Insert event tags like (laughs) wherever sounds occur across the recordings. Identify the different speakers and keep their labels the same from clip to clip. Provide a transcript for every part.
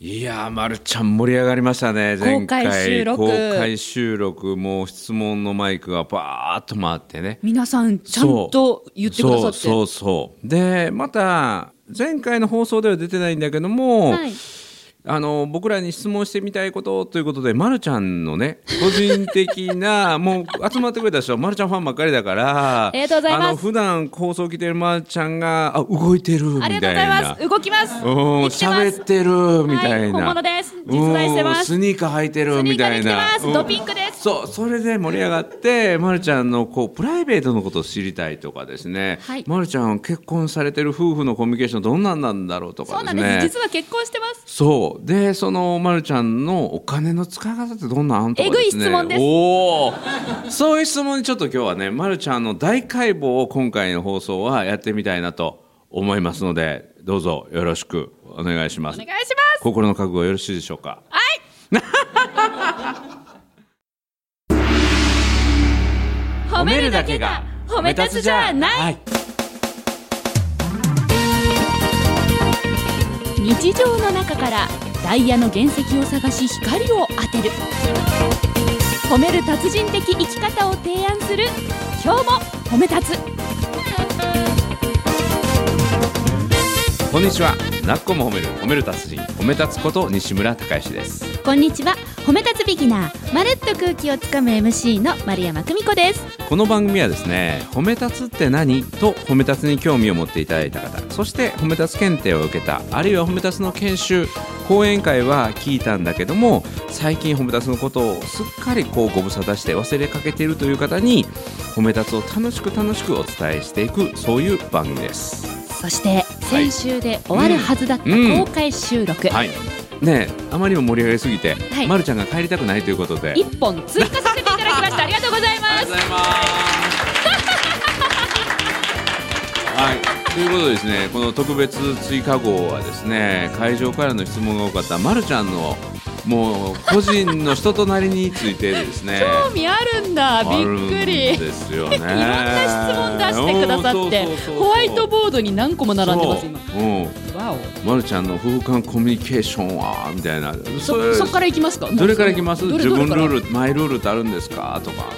Speaker 1: いやー、ま、るちゃん盛り上がりましたね、前回。
Speaker 2: 公開収録
Speaker 1: 公開収録もう質問のマイクがばーっと回ってね。
Speaker 2: 皆さんちゃんと言ってくださって
Speaker 1: そうそうそうそう。で、また、前回の放送では出てないんだけども、
Speaker 2: はい
Speaker 1: あの僕らに質問してみたいことということで、ま、るちゃんのね個人的な (laughs) もう集まってくれた人はまるちゃんファンばっかりだから
Speaker 2: ありがとうございます
Speaker 1: あの普段放送来てるまるちゃんがあ動いてるみた
Speaker 2: あり
Speaker 1: い
Speaker 2: がとうござい
Speaker 1: な
Speaker 2: ます動きます
Speaker 1: うん
Speaker 2: 生きてます
Speaker 1: 喋ってるみたいな、
Speaker 2: はい本物です実在してます
Speaker 1: うんスニーカー履いてるみたいな
Speaker 2: スニーカーで来てますドピンクです
Speaker 1: そうそれで盛り上がって、ま、るちゃんのこうプライベートのことを知りたいとかですね、
Speaker 2: はい
Speaker 1: まるちゃん結婚されてる夫婦のコミュニケーションどんなんなんだろうと
Speaker 2: そ
Speaker 1: か
Speaker 2: う
Speaker 1: で
Speaker 2: な
Speaker 1: す
Speaker 2: ん
Speaker 1: ね
Speaker 2: です実は結婚してます
Speaker 1: そうでそのまるちゃんのお金の使い方ってどんなんあんとかですね
Speaker 2: えぐい質問です
Speaker 1: おーそういう質問にちょっと今日はねまるちゃんの大解剖を今回の放送はやってみたいなと思いますのでどうぞよろしくお願いしま
Speaker 2: お
Speaker 1: す
Speaker 2: 願いします
Speaker 1: 心の覚悟よろしいでしょうか (laughs)
Speaker 2: 褒めるだけが褒め立つじゃない、
Speaker 1: はい
Speaker 2: 日常の中からダイヤの原石を探し光を当てる褒める達人的生き方を提案する今日も褒め立つ
Speaker 1: こんにちはなっこも褒める褒める達人褒め立つこと西村孝之です
Speaker 2: こんにちは褒め立つビギナーまるっと空気をつかむ MC の丸山久美子です
Speaker 1: この番組はですね褒め立つって何と褒め立つに興味を持っていただいた方そして褒め立つ検定を受けたあるいは褒め立つの研修講演会は聞いたんだけども最近褒め立つのことをすっかりこうご無沙汰して忘れかけているという方に褒め立つを楽しく楽しくお伝えしていくそういう番組です。
Speaker 2: そして先週で終わるはずだった
Speaker 1: うん
Speaker 2: 公開収録、
Speaker 1: はいねえあまりにも盛り上がりすぎて、
Speaker 2: はい
Speaker 1: まるちゃんが帰りたくないということで。
Speaker 2: 一本追加させていただき
Speaker 1: (laughs)
Speaker 2: ましたありがとうございま
Speaker 1: ありがとう
Speaker 2: す
Speaker 1: ございます。はい、ということでですね、この特別追加号はですね、会場からの質問が多かったまるちゃんの。もう個人の人となりについてですね。
Speaker 2: 興味あるんだびっく
Speaker 1: ある
Speaker 2: り
Speaker 1: んですよね。いろん
Speaker 2: いろんな質問出してくださってホワイトボードに何個も並んでます今
Speaker 1: うん、
Speaker 2: わお
Speaker 1: まるちゃんの夫婦間コミュニケーションはみたいな。。
Speaker 2: そそっからら行きますか
Speaker 1: どれからいきます。
Speaker 2: どれ
Speaker 1: 自分ル
Speaker 2: どれ
Speaker 1: ール、マイルールってあるんですかとか。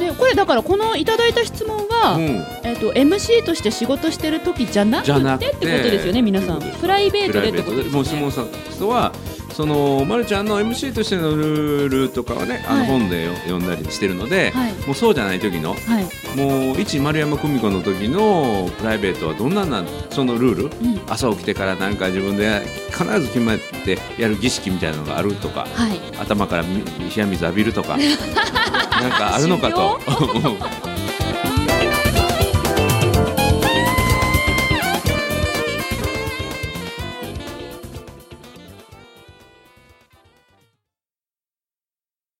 Speaker 2: でこれだからこのいただいた質問は、
Speaker 1: うん。
Speaker 2: えっと MC として仕事してる時じゃなく
Speaker 1: じ
Speaker 2: て
Speaker 1: ゃな
Speaker 2: っ
Speaker 1: く
Speaker 2: て
Speaker 1: て
Speaker 2: ことですよね皆さん
Speaker 1: ってことです
Speaker 2: プライベー
Speaker 1: プ
Speaker 2: ト
Speaker 1: ラ
Speaker 2: で
Speaker 1: イ
Speaker 2: っ
Speaker 1: ベ
Speaker 2: て
Speaker 1: ー
Speaker 2: こ
Speaker 1: ト
Speaker 2: と
Speaker 1: で、
Speaker 2: です
Speaker 1: も
Speaker 2: よ
Speaker 1: う質
Speaker 2: ね
Speaker 1: 問さん人はそのまるちゃんの MC としてのルールとかはね、あ
Speaker 2: は
Speaker 1: の
Speaker 2: い
Speaker 1: 本でよ読んだりしてるので、
Speaker 2: はい
Speaker 1: もうそうじゃない時の
Speaker 2: はい、
Speaker 1: もう一丸山久美子の時のプライベートはどんなんなんそのルール
Speaker 2: うん、
Speaker 1: 朝起きてからなんか自分で必ず決めてやる儀式みたいなのがあるとか
Speaker 2: はい
Speaker 1: 頭からみ冷や水浴びると
Speaker 2: (laughs)
Speaker 1: かなんかあるのかと。 (laughs)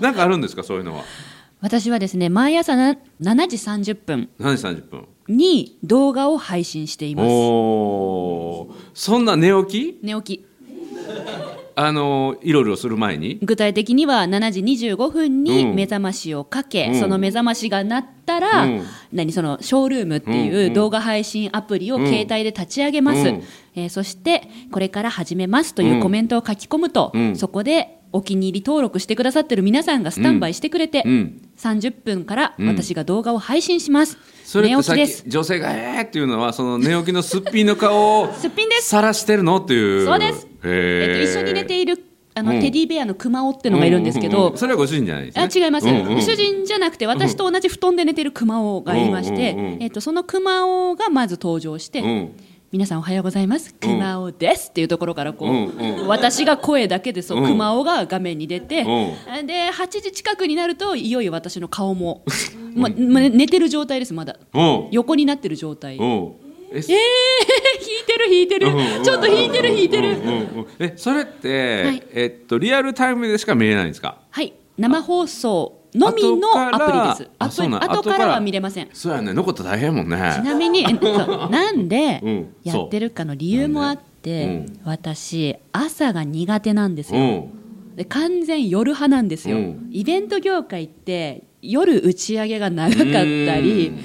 Speaker 1: なんかあるんですかそういうのは。
Speaker 2: 私はですね毎朝な7時30分
Speaker 1: 何時三十分。
Speaker 2: に動画を配信しています
Speaker 1: おお。そんな寝起き？
Speaker 2: 寝起き
Speaker 1: あのいろいろする前に。
Speaker 2: 具体的には7時25分に
Speaker 1: うん
Speaker 2: 目覚ましをかけ、
Speaker 1: うん
Speaker 2: その目覚ましが鳴ったら、
Speaker 1: うん
Speaker 2: 何そのショールームって
Speaker 1: ん
Speaker 2: いううん動画配信アプリを携帯で立ち上げます、
Speaker 1: うん
Speaker 2: えーそしてこれから始めますというコメントを書き込むと、
Speaker 1: うん
Speaker 2: そこでお気に入り登録してくださってる皆さんがスタンバイしてくれて、
Speaker 1: うん。
Speaker 2: 30分から
Speaker 1: うん
Speaker 2: 私が動画を配信します、
Speaker 1: それ
Speaker 2: 寝
Speaker 1: って
Speaker 2: 起
Speaker 1: さ
Speaker 2: きです
Speaker 1: っき女性がえーっていうのはその寝起きのすっぴんの顔を
Speaker 2: (laughs) すっぴんです
Speaker 1: さらしてるのっていう。
Speaker 2: そうです、
Speaker 1: へー
Speaker 2: えっと一緒に寝ているあの、
Speaker 1: うん
Speaker 2: テディベアのクマオってのがいるんですけど、
Speaker 1: うううそれはご主人じゃないです、
Speaker 2: あ
Speaker 1: ね、
Speaker 2: 違います、
Speaker 1: うんうん
Speaker 2: 主人じゃなくて私と同じ布団で寝てる熊尾がいまして、
Speaker 1: うんうんうん
Speaker 2: えっとその熊尾がまず登場して、
Speaker 1: うん
Speaker 2: 皆さんおはようございます熊尾ですっていうところからこう、
Speaker 1: うんうん
Speaker 2: 私が声だけでそう、
Speaker 1: うん
Speaker 2: 熊尾が画面に出て、
Speaker 1: う
Speaker 2: で8時近くになるといよいよ私の
Speaker 1: (laughs)
Speaker 2: 顔も、まま寝てる状態ですまだ
Speaker 1: うん
Speaker 2: 横になってる状態、えー、
Speaker 1: うんえ
Speaker 2: 引いてる引いてる、ちょっと引いてる引いてる、
Speaker 1: うんうんうんえそれって、
Speaker 2: はい
Speaker 1: えっとリアルタイムでしか見れないんですか
Speaker 2: はい生放送のみのアプリですア
Speaker 1: あ
Speaker 2: プ
Speaker 1: そう
Speaker 2: リ
Speaker 1: なん
Speaker 2: 後からは見れません
Speaker 1: そうやね残ったら大変やもん
Speaker 2: ち
Speaker 1: ね (laughs)
Speaker 2: なみにえそうなんで
Speaker 1: うん
Speaker 2: やってるかの理由もあって、
Speaker 1: そうなんで
Speaker 2: 私朝が苦手なんです
Speaker 1: う
Speaker 2: よ、
Speaker 1: ん
Speaker 2: で完全夜派なんですよ、
Speaker 1: うん
Speaker 2: イベント業界って夜打ち上げが長かった
Speaker 1: う
Speaker 2: りえー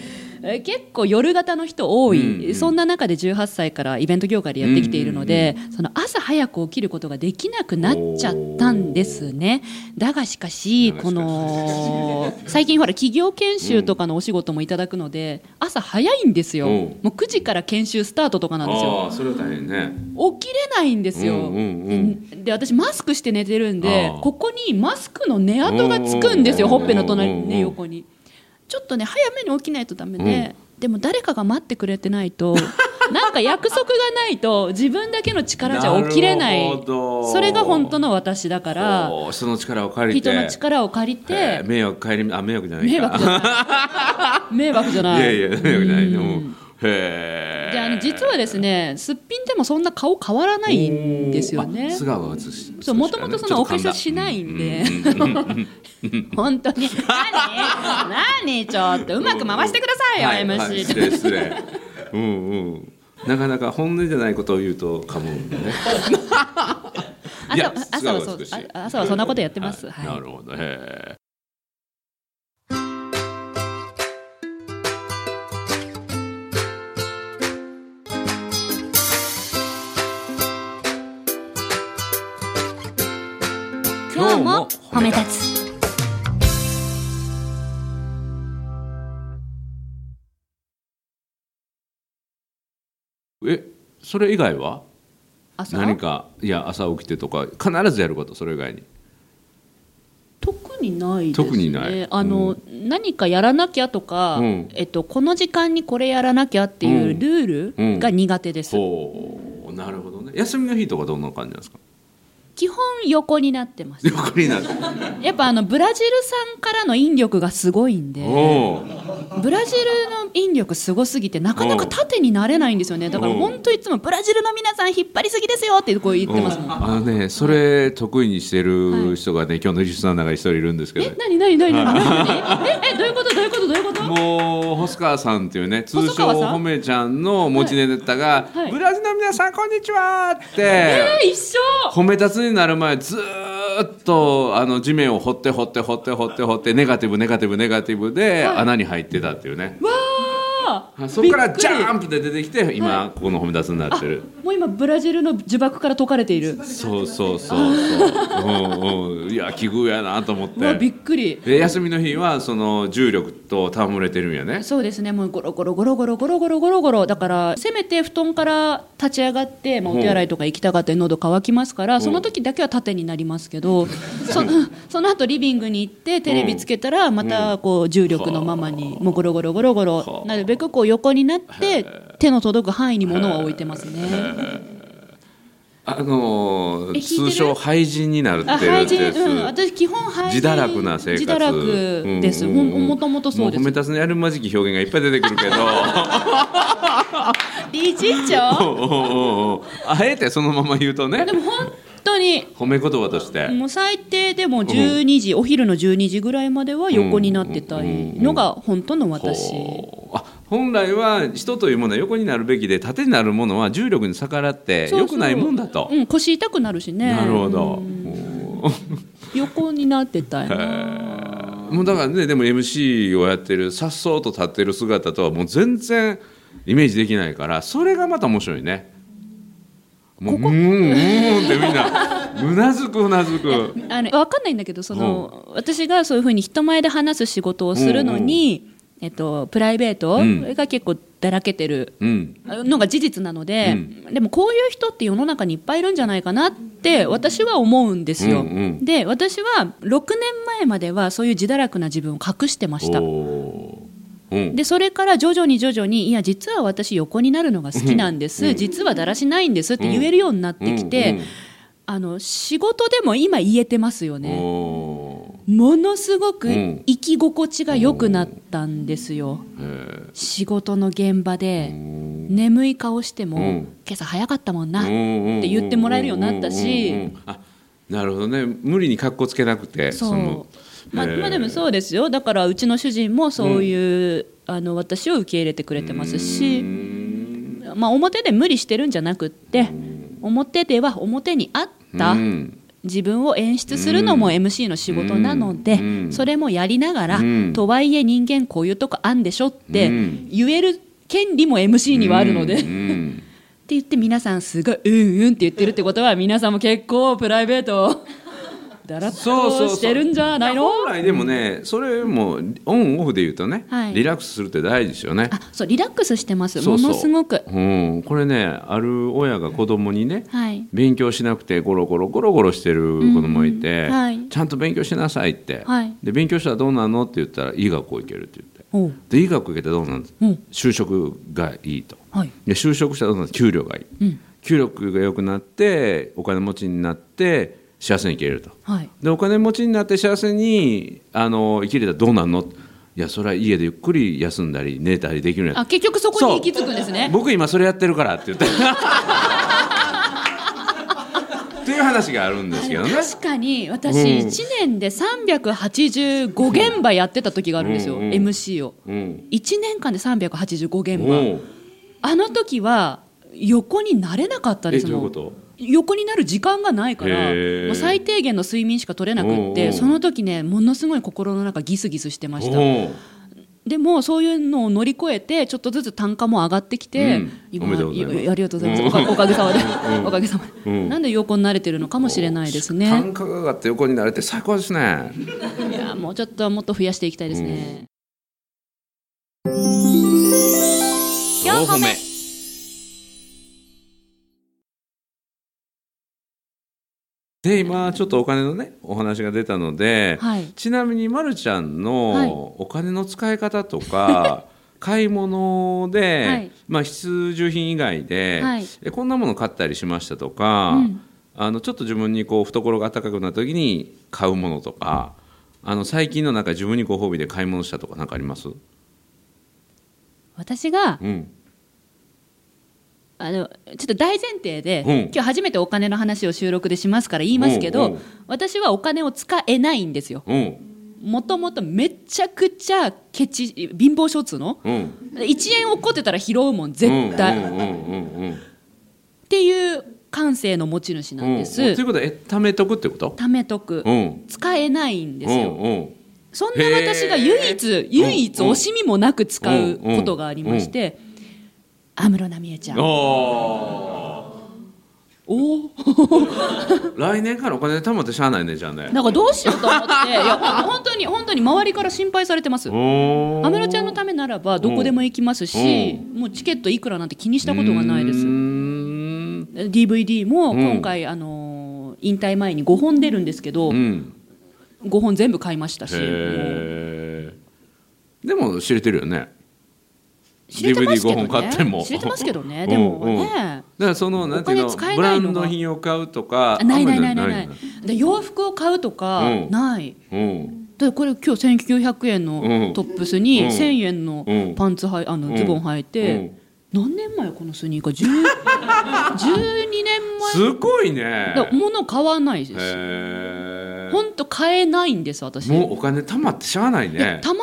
Speaker 2: 結構夜型の人多い、
Speaker 1: うんうん
Speaker 2: そんな中で18歳からイベント業界でやってきているので、その朝早く起きることができなくなっちゃったんですねだがしかし
Speaker 1: だがしかし
Speaker 2: この最近ほら企業研修とかのお仕事もいただくので朝早いんですよ
Speaker 1: うん
Speaker 2: もう9時から研修スタートとかなんですよ
Speaker 1: ああそれは大変ね
Speaker 2: 起きれないんですよ、
Speaker 1: うんうんうん
Speaker 2: でで私マスクして寝てるんで
Speaker 1: ああ
Speaker 2: ここにマスクの寝跡がつくんですよ
Speaker 1: うんうん
Speaker 2: ほ
Speaker 1: うんうん
Speaker 2: っぺの隣に、ね、横にちょっとね早めに起きないとダメで、でも誰かが待ってくれてないと (laughs) なんか約束がないと自分だけの力じゃ起きれない
Speaker 1: なるほど
Speaker 2: それが本当の私だから
Speaker 1: おー人の力を借りて
Speaker 2: 人の力を借り
Speaker 1: え
Speaker 2: て
Speaker 1: ー迷惑帰りあ迷惑じゃないか
Speaker 2: 迷惑じ
Speaker 1: (laughs)
Speaker 2: ゃない迷惑じゃない
Speaker 1: いやいや迷惑じゃないで
Speaker 2: う
Speaker 1: も
Speaker 2: ん
Speaker 1: へえ
Speaker 2: であの実はですねすっぴんでもそんな顔変わらないんですよ
Speaker 1: おーあ
Speaker 2: ね
Speaker 1: 素顔は映し
Speaker 2: そうもともとそのお化粧しないんで、本当に何何ちょっ (laughs) とうまく回してくださいよ、
Speaker 1: はいはい、失
Speaker 2: MC
Speaker 1: 礼失礼うんうんなかなか本音じゃないことを言うとかもんでねい
Speaker 2: 朝
Speaker 1: や
Speaker 2: は朝は
Speaker 1: 素
Speaker 2: そ
Speaker 1: 顔
Speaker 2: う
Speaker 1: 美しい
Speaker 2: あ朝はそんなことやってます、
Speaker 1: は
Speaker 2: はいい
Speaker 1: なるほどへえ
Speaker 2: 今日も褒め立つ
Speaker 1: えそれ以外は
Speaker 2: 朝
Speaker 1: 何かいや朝起きてとか必ずやることそれ以外に
Speaker 2: 特にないですね
Speaker 1: 特にない
Speaker 2: あの、何かやらなきゃとか、
Speaker 1: うん
Speaker 2: えっと、この時間にこれやらなきゃっていうルールが苦手です、
Speaker 1: ほうなるほどね休みの日とかどんな感じなんです
Speaker 2: (laughs)
Speaker 1: か
Speaker 2: 基本横になってます
Speaker 1: 横になる
Speaker 2: やっぱあのブラジル産からの引力がすごいんで
Speaker 1: おー
Speaker 2: ブラジルの引力すごすぎてなかなか縦になれないんですよねだから本当いつもブラジルの皆さん引っ張りすぎですよってこう言ってますもん
Speaker 1: あのねそれ得意にしてる人がね今日のリスナーの中に一人いるんですけど
Speaker 2: え何何何何何ええどういうことどういうことどういうこと
Speaker 1: もう細川さんっていうね通
Speaker 2: 細
Speaker 1: 称
Speaker 2: 川さん
Speaker 1: 褒めちゃんの持ちネタが「
Speaker 2: はいはい
Speaker 1: ブラジルの皆さんこんにちは」って、
Speaker 2: え一緒
Speaker 1: 褒め立つになる前ずーっとあの地面を掘って掘って掘って掘って掘ってネガティブネガティブネガティブで穴に入ってたっていうね、
Speaker 2: わあ
Speaker 1: はいそこから
Speaker 2: びっくり
Speaker 1: ジャンプで出てきて今ここの褒め立つになってる。
Speaker 2: もう今ブラジルの呪縛から解かれている
Speaker 1: そうそうそうそう。うんうん、いや奇遇やなと思っ。
Speaker 2: うわびってくり
Speaker 1: で休みの日はその重力と戯れてるんやね。
Speaker 2: そうですねもうゴロゴロゴロゴロゴロゴロゴロゴロだからせめて布団から立ち上がって、まあ、お手洗いとか行きたがって喉乾きますからその時だけは縦になりますけ
Speaker 1: (laughs)
Speaker 2: どそ (laughs) その後リビングに行ってテレビつけたらまたこう重力のままにもうゴロゴロゴロゴロなるべくこう横になって手の届く範囲に物は置いてますね。
Speaker 1: あのー
Speaker 2: え聞いてる
Speaker 1: 通称廃人になる
Speaker 2: あ
Speaker 1: ってる
Speaker 2: 廃
Speaker 1: んで
Speaker 2: 人、
Speaker 1: す。
Speaker 2: うん、私基本廃人
Speaker 1: 自堕落な生活。
Speaker 2: 自堕落です、
Speaker 1: うんうんうん
Speaker 2: もともとそうで
Speaker 1: もう褒め
Speaker 2: す
Speaker 1: たすのやるまじき表現がいっぱい出てくるけ
Speaker 2: (laughs)
Speaker 1: ど
Speaker 2: 理事
Speaker 1: (laughs)
Speaker 2: 長
Speaker 1: おうおうおうあえてそのまま言うとね
Speaker 2: でも本当に
Speaker 1: 褒め言葉として
Speaker 2: もう最低でも12時、お昼の12時ぐらいまでは横になってたいのが本当の私、
Speaker 1: ほうあ本来は人というものは横になるべきで縦になるものは重力に逆らって
Speaker 2: そうそ
Speaker 1: 良
Speaker 2: う
Speaker 1: くないもんだと。
Speaker 2: うん、腰痛くなるしね
Speaker 1: なるほど。
Speaker 2: うん
Speaker 1: も
Speaker 2: 横になってたいな
Speaker 1: うもうだからねでも MC をやってるさっそうと立ってる姿とはもう全然イメージできないからそれがまた面白いね。もううーんうーんってみんなうなずくうなずく。
Speaker 2: あの分かんないんだけどその、私がそういうふうに人前で話す仕事をするのに、えっと、プライベート
Speaker 1: うん
Speaker 2: が結構だらけてる
Speaker 1: うん。
Speaker 2: のが事実なので、でもこういう人って世の中にいっぱいいるんじゃないかなって私は思うんですよ、
Speaker 1: うんうん
Speaker 2: で私は6年前まではそういう自堕落な自分を隠してました
Speaker 1: おーうん。
Speaker 2: でそれから徐々に徐々にいや実は私横になるのが好きなんです、実はだらしないんですって言えるようになってきて、
Speaker 1: うんうん
Speaker 2: あの仕事でも今言えてますよね
Speaker 1: お
Speaker 2: ものすごく
Speaker 1: うん
Speaker 2: 生き心地が良くなったんですよ、
Speaker 1: ーへ
Speaker 2: 仕事の現場で
Speaker 1: ーうん
Speaker 2: 眠い顔しても、
Speaker 1: うん
Speaker 2: 今朝早かったもん
Speaker 1: っ
Speaker 2: な、って言ってもらえるようになったし
Speaker 1: あなるほどね無理に格好つけなくて
Speaker 2: そう
Speaker 1: の
Speaker 2: まあ、
Speaker 1: えー
Speaker 2: まあでもそうですよだからうちの主人もそういう、あの私を受け入れてくれてますし、まあ、表で無理してるんじゃなくって表では表にあった
Speaker 1: うん
Speaker 2: 自分を演出するのも MC の仕事なので、
Speaker 1: うん
Speaker 2: それもやりながら、
Speaker 1: うん
Speaker 2: とはいえ人間こういうとこあんでしょって
Speaker 1: うん
Speaker 2: 言える権利も MC にはあるので、
Speaker 1: う
Speaker 2: って (laughs)
Speaker 1: ん
Speaker 2: 言って皆さんすごいうんうんって言ってるってことは皆さんも結構プライベー
Speaker 1: (laughs)
Speaker 2: トをだらっと
Speaker 1: そうそうそう
Speaker 2: してるんじゃないの
Speaker 1: 本来でもねそれもオンオフで言うとね、
Speaker 2: はい
Speaker 1: リラックスするって大事ですよね
Speaker 2: あそうリラックスしてます
Speaker 1: そうそう
Speaker 2: ものすごく
Speaker 1: うん、これねある親が子供にね、
Speaker 2: はい
Speaker 1: 勉強しなくてゴロゴロゴロゴロしてる子供いて、
Speaker 2: うんはい
Speaker 1: ちゃんと勉強しなさいって、
Speaker 2: はい
Speaker 1: で勉強したらどうなのって言ったら医学行けるって言って
Speaker 2: おう
Speaker 1: で医学行けたらどうなん
Speaker 2: うん
Speaker 1: 就職がいいと
Speaker 2: はい
Speaker 1: で就職したらどうなん給料がいい、
Speaker 2: うん
Speaker 1: 給料が良くなってお金持ちになって幸せに生きれると
Speaker 2: はい
Speaker 1: でお金持ちになって幸せにあの生きれたらどうなんのいやそれは家でゆっくり休んだり寝たりできるんやったら
Speaker 2: あ結局そこに行き着くんですね
Speaker 1: 僕今それやってるからって言ってっていう話があるんですけどね
Speaker 2: 確かに
Speaker 1: うん
Speaker 2: 私1年で385現場やってた時があるんですよ、
Speaker 1: うんうん
Speaker 2: MC を
Speaker 1: うん
Speaker 2: 1年間で385現場
Speaker 1: おう
Speaker 2: あの時は横になれなかったで
Speaker 1: え
Speaker 2: す
Speaker 1: どういう
Speaker 2: も
Speaker 1: こ
Speaker 2: ん
Speaker 1: と
Speaker 2: 横になる時間がないから
Speaker 1: へー
Speaker 2: もう最低限の睡眠しか取れなくっ
Speaker 1: おうお
Speaker 2: て
Speaker 1: う
Speaker 2: その時ねものすごい心の中ギスギスしてました
Speaker 1: おう
Speaker 2: でもそういうのを乗り越えてちょっとずつ単価も上がってきて、
Speaker 1: うんおめでとうございます
Speaker 2: いやありがとうございます、おかおかげさまで、おかげさまで、
Speaker 1: うん
Speaker 2: なんで横になれてるのかもしれないですね
Speaker 1: 単価が上がって横になれて最高ですね
Speaker 2: いやもうちょっともっと増やしていきたいですね、四歩目
Speaker 1: で今ちょっとお金のねお話が出たので、
Speaker 2: はい
Speaker 1: ちなみにまるちゃん
Speaker 2: はい
Speaker 1: のお金の使い方とか、
Speaker 2: (laughs)
Speaker 1: 買い物で、
Speaker 2: はい
Speaker 1: まあ、必需品以外で、
Speaker 2: はい
Speaker 1: えこんなもの買ったりしましたとか、
Speaker 2: うん
Speaker 1: あのちょっと自分にこう懐が温かくなった時に買うものとかあの最近のなんか自分にご褒美で買い物したとかなんかあります、
Speaker 2: 私が
Speaker 1: うん、
Speaker 2: あのちょっと大前提で、
Speaker 1: うん
Speaker 2: 今日初めてお金の話を収録でしますから言いますけど、
Speaker 1: うんうん
Speaker 2: 私はお金を使えないんですよ
Speaker 1: うん
Speaker 2: もともとめちゃくちゃケチ貧乏症っつうの
Speaker 1: うん
Speaker 2: 1円落っこってたら拾うもん絶対、
Speaker 1: うんうんうんうんうん
Speaker 2: っていう感性の持ち主なんです、
Speaker 1: うんということはえ貯めとくってこと
Speaker 2: 貯めとく、
Speaker 1: うん
Speaker 2: 使えないんですよ、
Speaker 1: うんうん
Speaker 2: そんな私が唯一唯一
Speaker 1: うんうん
Speaker 2: 惜しみもなく使うことがありまして安室奈美恵ちゃんお
Speaker 1: あ
Speaker 2: お
Speaker 1: ー来年からお金貯まってしゃあないねじゃあね
Speaker 2: なんかどうしようと思っていや本当に本当に周りから心配されてます
Speaker 1: 安
Speaker 2: 安室ちゃんのためならばどこでも行きますしもうチケットいくらなんて気にしたことがないです
Speaker 1: うーん
Speaker 2: DVD も
Speaker 1: うん
Speaker 2: 今回、あのー引退前に5本出るんですけど、
Speaker 1: うん
Speaker 2: 5本全部買いましたし
Speaker 1: へーでも知れてるよね
Speaker 2: 知れてますけど
Speaker 1: DVD 五本買って
Speaker 2: ね
Speaker 1: も
Speaker 2: 知れてますけどね
Speaker 1: うん
Speaker 2: でもね、
Speaker 1: うんだからそのなんていう
Speaker 2: お
Speaker 1: の
Speaker 2: 金使え
Speaker 1: ブ
Speaker 2: な
Speaker 1: ラ
Speaker 2: いのが
Speaker 1: ンド品を買うとか
Speaker 2: あないないな
Speaker 1: あ
Speaker 2: い
Speaker 1: んま
Speaker 2: ない
Speaker 1: り
Speaker 2: ないで洋服を買うとか、
Speaker 1: うん
Speaker 2: ない
Speaker 1: うん
Speaker 2: でこれ今日1900円
Speaker 1: うん
Speaker 2: のトップスに、
Speaker 1: うん
Speaker 2: 1000円の
Speaker 1: うん
Speaker 2: パンツはいあの、
Speaker 1: うん
Speaker 2: ズボン履いて、何年前よこのスニーカー10 (laughs) 12年前
Speaker 1: すごいね
Speaker 2: だから物買わないで
Speaker 1: へ
Speaker 2: す
Speaker 1: ー
Speaker 2: 本当買えないんです私
Speaker 1: もうお金貯まってしゃあない
Speaker 2: いや
Speaker 1: ね
Speaker 2: たま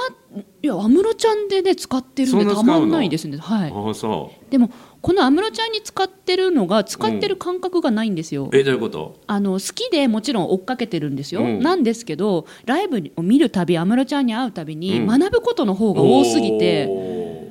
Speaker 2: いや安室ちゃんでね使ってるん
Speaker 1: そ
Speaker 2: で
Speaker 1: んな使
Speaker 2: た
Speaker 1: うの
Speaker 2: まんないですねはい
Speaker 1: ああそ
Speaker 2: でもこの安室ちゃんに使ってるのが使ってる感覚がないんですよ、
Speaker 1: うえどういうこと
Speaker 2: あの好きでもちろん追っかけてるんですよ、
Speaker 1: うん
Speaker 2: なんですけどライブを見るたび安室ちゃんに会うたびに、
Speaker 1: うん
Speaker 2: 学ぶことの方が多すぎて、
Speaker 1: おー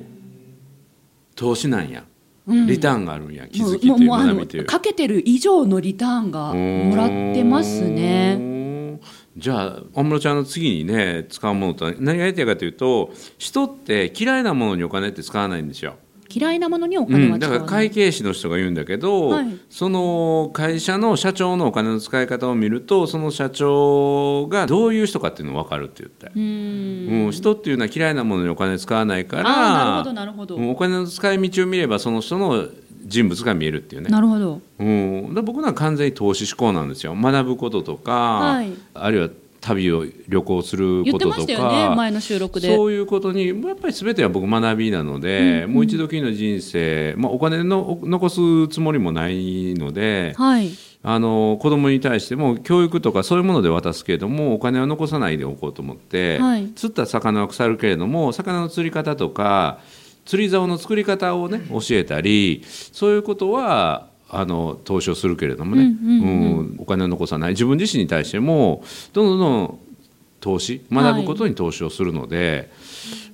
Speaker 1: 投資なんや
Speaker 2: うん
Speaker 1: リターンがあるんや、気
Speaker 2: も
Speaker 1: づ
Speaker 2: う
Speaker 1: きと
Speaker 2: もう
Speaker 1: いう
Speaker 2: もうあ
Speaker 1: 学
Speaker 2: の
Speaker 1: びという
Speaker 2: かけてる以上のリターンがもらってます
Speaker 1: うー
Speaker 2: ね。
Speaker 1: んじゃあ安室ちゃんの次にね使うものとは何が言いたいかというと人って嫌いなものにお金って使わないんですよ、
Speaker 2: 嫌いなものにお
Speaker 1: う
Speaker 2: 金は
Speaker 1: ん、だ
Speaker 2: 使
Speaker 1: か
Speaker 2: わ
Speaker 1: ら
Speaker 2: ない、
Speaker 1: 会計士の人が言うんだけど、
Speaker 2: はい
Speaker 1: その会社の社長のお金の使い方を見るとその社長がどういう人かっていうの分かるって言って、
Speaker 2: うーん
Speaker 1: うん、人っていうのは嫌いなものにお金使わないから
Speaker 2: ああなるほどなるほど、
Speaker 1: うんお金の使い道を見ればその人の人物が見えるっていうね、
Speaker 2: なるほど
Speaker 1: うん、だから僕なんか完全に投資志向なんですよ学ぶこととか、
Speaker 2: はい
Speaker 1: あるいは旅を旅行する
Speaker 2: 言
Speaker 1: こ
Speaker 2: って
Speaker 1: と
Speaker 2: まし
Speaker 1: と
Speaker 2: たよね
Speaker 1: か、
Speaker 2: 前の収録で
Speaker 1: そういうことにやっぱり全ては僕学びなので、もう一度きりの人生、まあ、お金のお残すつもりもないので
Speaker 2: はい
Speaker 1: あの子供に対しても教育とかそういうもので渡すけれどもお金は残さないでおこうと思って、
Speaker 2: はい
Speaker 1: 釣った魚は腐るけれども魚の釣り方とか釣り竿の作り方をね教えたりそういうことはあの投資をするけれどもね、うんお金を残さない自分自身に対してもどんどんどんどん投資学ぶことに投資をするので、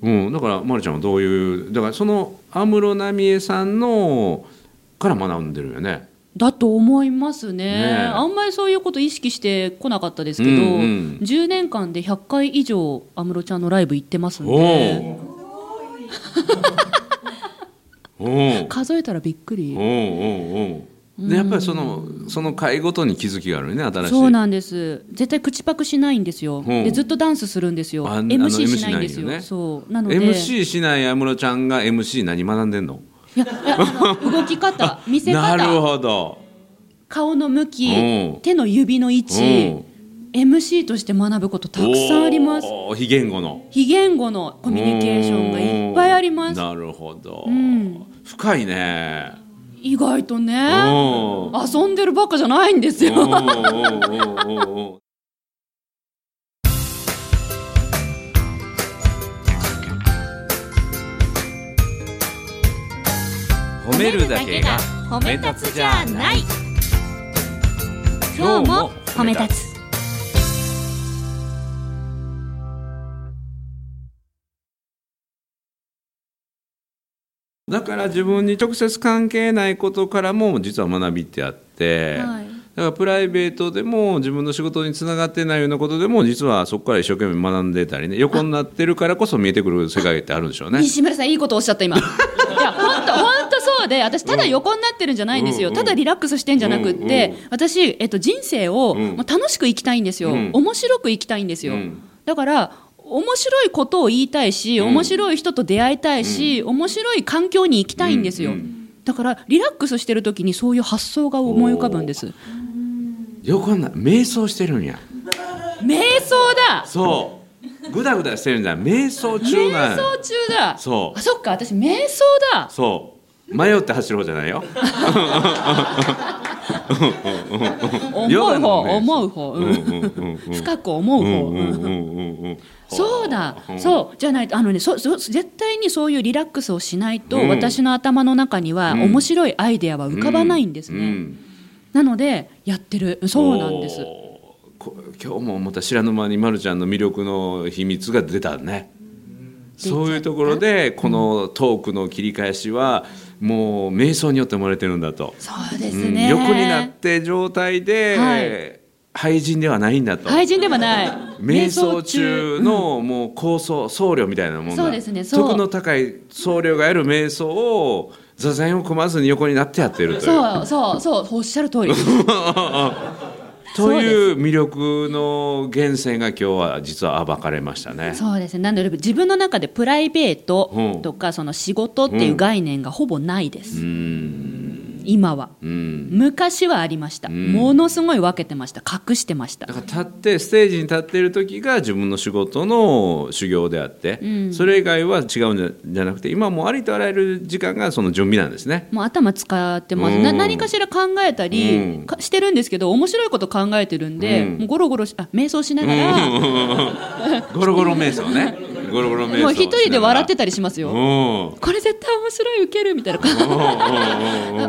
Speaker 1: うん、だからまるちゃんはどういうだからその安室奈美恵さんのから学んでるよね。
Speaker 2: だと思いますね
Speaker 1: ねえ
Speaker 2: あんまりそういうこと意識してこなかったですけど、
Speaker 1: うんうん
Speaker 2: 10年間で100回以上安室ちゃんのライブ行ってますん
Speaker 1: お
Speaker 2: で
Speaker 1: おお
Speaker 2: 数えたらびっく
Speaker 1: お
Speaker 2: り
Speaker 1: おおでやっぱりそのその回ごとに気づきがあるよね新しい
Speaker 2: そうなんです絶対口パクしないんですよ、
Speaker 1: うん
Speaker 2: でずっとダンスするんですよ
Speaker 1: ああの MC
Speaker 2: MC しないんですよ
Speaker 1: ないよね
Speaker 2: そうなので
Speaker 1: MC しない安室ちゃんが MC 何学んでんの
Speaker 2: いや (laughs) いやあの動き方見せ
Speaker 1: なる
Speaker 2: 方
Speaker 1: ほど
Speaker 2: 顔の向き
Speaker 1: うん
Speaker 2: 手の指の位置 MC として学ぶことたくさんあります
Speaker 1: おー非言語の
Speaker 2: 非言語のコミュニケーションがいっぱいあります
Speaker 1: なるほど、
Speaker 2: ん
Speaker 1: 深いね
Speaker 2: 意外とね
Speaker 1: うん
Speaker 2: 遊んでるばっかじゃないんです
Speaker 1: お
Speaker 2: よ
Speaker 1: ーおーおーおー褒めるだけが
Speaker 3: 褒
Speaker 1: め立つじゃない
Speaker 3: 今日も褒め立つ
Speaker 1: だから自分に直接関係ないことからも実は学びってあって、
Speaker 2: はい
Speaker 1: だからプライベートでも自分の仕事につながってないようなことでも実はそこから一生懸命学んでたりね横になってるからこそ見えてくる世界ってあるんでしょうね。
Speaker 2: 西村さんいいことおっしゃっ
Speaker 1: (laughs)
Speaker 2: た今いや本当本当そうで私ただ横になってるんじゃないんですよ、
Speaker 1: うんうん
Speaker 2: ただリラックスしてんじゃなくっ
Speaker 1: う
Speaker 2: て、
Speaker 1: んう
Speaker 2: 私、えっと、人生を
Speaker 1: うん
Speaker 2: もう楽しく生きたいんですよ、
Speaker 1: うん
Speaker 2: 面白く生きたいんですよ、
Speaker 1: うん
Speaker 2: だから面白いことを言いたいし、
Speaker 1: うん
Speaker 2: 面白い人と出会いたいし、面白い環境に行きたいんですよ、
Speaker 1: うんう
Speaker 2: だからリラックスしてる時にそういう発想が思い浮かぶんです
Speaker 1: 横にな瞑想してるんや。
Speaker 2: 瞑想だ
Speaker 1: そう。ぐだぐだしてるんだ。瞑想中なん
Speaker 2: 瞑
Speaker 1: や
Speaker 2: 想中だ
Speaker 1: そう
Speaker 2: あそっか私瞑想だ
Speaker 1: そう。迷って走る方じゃないよ。
Speaker 2: 思
Speaker 1: ヨガ
Speaker 2: う方
Speaker 1: の瞑想
Speaker 2: 思う方、
Speaker 1: うんうんうんうん。
Speaker 2: 深く思う
Speaker 1: う
Speaker 2: 方、
Speaker 1: んうんうんうんうん。
Speaker 2: そうだ、そうじゃないとあのねそそ絶対にそういうリラックスをしないと、
Speaker 1: うん
Speaker 2: 私の頭の中には
Speaker 1: うん
Speaker 2: 面白いアイデアは浮かばないんですね、
Speaker 1: うん
Speaker 2: なのでやってるそうなんです
Speaker 1: おーこ今日もまた知らぬ間にまるちゃんの魅力の秘密が出たねそういうところでこのトークの切り返しはもう瞑想によって生まれてるんだと、
Speaker 2: そうで
Speaker 1: う
Speaker 2: す
Speaker 1: ん
Speaker 2: ね、
Speaker 1: 横になって状態で、
Speaker 2: はい
Speaker 1: 廃人ではないんだと、
Speaker 2: 廃人ではない
Speaker 1: 瞑想中のもう高層僧侶みたいなもんだ
Speaker 2: そうですねそう
Speaker 1: 徳の高い僧侶がやる瞑想を座禅を組まずに横になってやってるという
Speaker 2: そうそうそうおっしゃ
Speaker 1: (laughs)
Speaker 2: る通り
Speaker 1: という魅力の源泉が今日は実は暴かれましたね。
Speaker 2: そうですねなので自分の中でプライベー
Speaker 1: う
Speaker 2: ト
Speaker 1: ん
Speaker 2: とかその仕事っていう概念がほぼないです、今は
Speaker 1: うん。
Speaker 2: 昔はありました、
Speaker 1: ん
Speaker 2: ものすごい分けてました隠してました
Speaker 1: だから立ってステージに立っている時が自分の仕事の修行であって、それ以外は違うんじゃじゃなくて今もうありとあらゆる時間がその準備なんです
Speaker 2: (laughs)
Speaker 1: ね。
Speaker 2: もう頭使ってます、
Speaker 1: うん
Speaker 2: な何かしら考えたり、
Speaker 1: うん
Speaker 2: かしてるんですけど面白いこと考えてるんで、
Speaker 1: うん
Speaker 2: もうゴロゴロしあ瞑想しながら、
Speaker 1: ゴロゴロ瞑想ね。ゴロゴロ瞑想。
Speaker 2: (laughs) もう一人で笑ってたりします
Speaker 1: う
Speaker 2: よ、
Speaker 1: ん。
Speaker 2: これ絶対面白いウケるみたいな感じ
Speaker 1: うんうんうん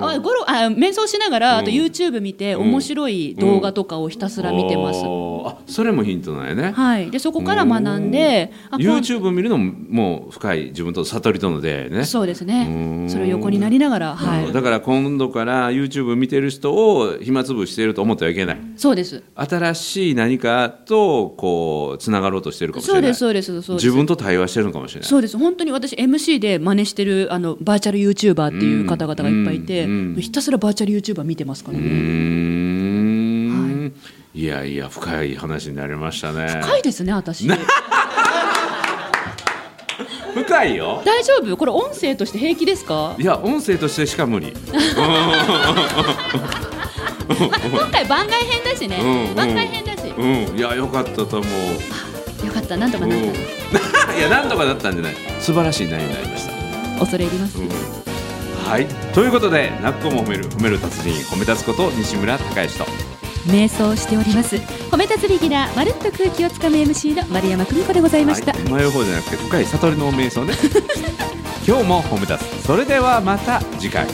Speaker 2: あゴロあ瞑想しながら、あと YouTube 見て、
Speaker 1: ん
Speaker 2: 面白い動画とかをひたすら見てます、
Speaker 1: おーあ、それもヒントなんやね。
Speaker 2: はい、でそこから学んで、あこう
Speaker 1: YouTube を見るのももう深い自分と悟りとの出会いね。
Speaker 2: そうです
Speaker 1: う
Speaker 2: ね
Speaker 1: ん
Speaker 2: それを横になりながら、はい
Speaker 1: うんだから今度から YouTube 見てる人を暇つぶしていると思ってはいけない
Speaker 2: そうです
Speaker 1: 新しい何かとこうつながろうとしてるかもし
Speaker 2: そ
Speaker 1: れ
Speaker 2: う
Speaker 1: な
Speaker 2: で
Speaker 1: い
Speaker 2: すそうですそうです
Speaker 1: 自分と対話してるのかもしれない
Speaker 2: そうです本当に私 MC で真似してるあのバーチャル YouTuber っていう方々がいっぱいいて、
Speaker 1: うんうん
Speaker 2: ひたすらバーチャル YouTuber 見てますから
Speaker 1: うー
Speaker 2: ね、
Speaker 1: ん、い、やいや深い話になりましたね
Speaker 2: 深いですね私
Speaker 1: な深いよ
Speaker 2: 大丈夫これ音声として平気ですか
Speaker 1: いや音声としてしか無
Speaker 2: (laughs)
Speaker 1: 理
Speaker 2: まあ今回番外編だしね、
Speaker 1: うんうん
Speaker 2: 番外編だし、
Speaker 1: うんいや良かったと思う
Speaker 2: よかったなんとか
Speaker 1: うん
Speaker 2: なっ
Speaker 1: いやなん (laughs) とかだったんじゃない素晴らしい内容になりました
Speaker 2: た、恐れ入ります、
Speaker 1: はい、ということで、なっこも褒める、褒める達人、褒め立つこと西村孝之と。
Speaker 3: 瞑想しております褒め立つビギナーまるっと空気をつかむ MC の丸山久美子でございました、
Speaker 1: はい、迷う方じゃなくて、深い悟りの瞑想ね。今日も褒め立つ、それではまた次回。